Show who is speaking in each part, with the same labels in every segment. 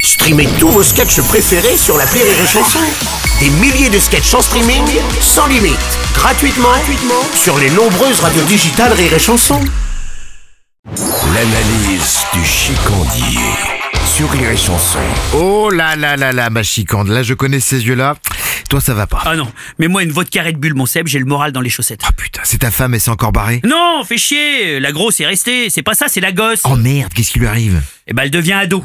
Speaker 1: Streamez tous vos sketchs préférés sur la Rire et Chanson. Des milliers de sketchs en streaming, sans limite, gratuitement, gratuitement sur les nombreuses radios digitales Rire et Chanson. L'analyse du chicandier sur Rire et Chanson.
Speaker 2: Oh là là là là, ma chicande, là je connais ces yeux-là. Toi, ça va pas.
Speaker 3: Ah non, mais moi une vodka Red Bull, mon Seb, j'ai le moral dans les chaussettes.
Speaker 2: Ah putain, c'est ta femme, elle s'est encore barrée
Speaker 3: Non, fais chier, la grosse est restée, c'est pas ça, c'est la gosse.
Speaker 2: Oh merde, qu'est-ce qui lui arrive
Speaker 3: Et bah elle devient ado.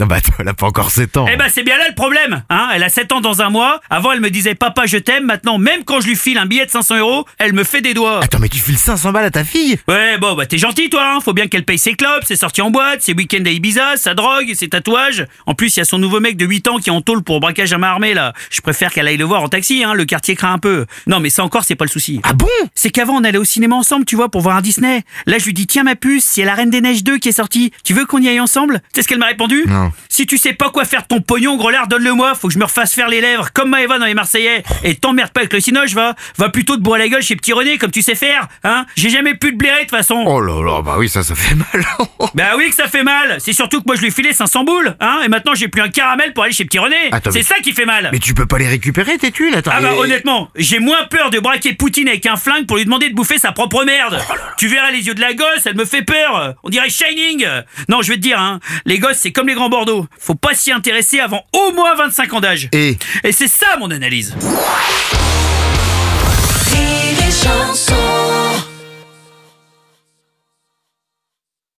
Speaker 2: Non bah attends, elle a pas encore 7 ans.
Speaker 3: Eh bah c'est bien là le problème, hein Elle a 7 ans dans un mois, avant elle me disait papa je t'aime, maintenant même quand je lui file un billet de 500 euros, elle me fait des doigts.
Speaker 2: Attends, mais tu files 500 balles à ta fille
Speaker 3: Ouais, bon, bah t'es gentil toi, hein Faut bien qu'elle paye ses clubs, ses sorties en boîte, ses week-ends à Ibiza, sa drogue, ses tatouages. En plus, il y a son nouveau mec de 8 ans qui est en tôle pour braquage à main armée, là. Je préfère qu'elle aille le voir en taxi, hein Le quartier craint un peu. Non, mais ça encore, c'est pas le souci.
Speaker 2: Ah bon
Speaker 3: C'est qu'avant, on allait au cinéma ensemble, tu vois, pour voir un Disney. Là, je lui dis, tiens, ma puce, c'est La Reine des Neiges 2 qui est sortie. Tu veux qu'on y aille ensemble Tu sais ce qu'elle m'a répondu
Speaker 2: Non.
Speaker 3: Si tu sais pas quoi faire de ton pognon, gros lard, donne-le-moi. Faut que je me refasse faire les lèvres, comme Maëva dans les Marseillais. Et t'emmerde pas avec le cinoche, va. Va plutôt te boire la gueule chez Petit René, comme tu sais faire, hein J'ai jamais pu te blairer, de toute façon.
Speaker 2: Oh là là, bah oui, ça, ça fait mal.
Speaker 3: Bah oui que ça fait mal. C'est surtout que moi, je lui filais 500 boules, hein Et maintenant, j'ai plus un caramel pour aller chez Petit René.
Speaker 2: Attends, mais-
Speaker 3: C'est ça qui fait mal.
Speaker 2: mais tu peux pas les récupérer, tes thunes Attends,
Speaker 3: Ah bah
Speaker 2: et-
Speaker 3: honnêtement, j'ai moins peur de braquer Poutine avec un flingue pour lui demander de bouffer sa propre merde. Tu verras les yeux de la gosse, elle me fait peur. On dirait Shining. Non, je vais te dire, hein, les gosses, c'est comme les grands Bordeaux. Faut pas s'y intéresser avant au moins 25 ans d'âge.
Speaker 2: Et
Speaker 3: Et c'est ça mon analyse.
Speaker 4: Rire et chanson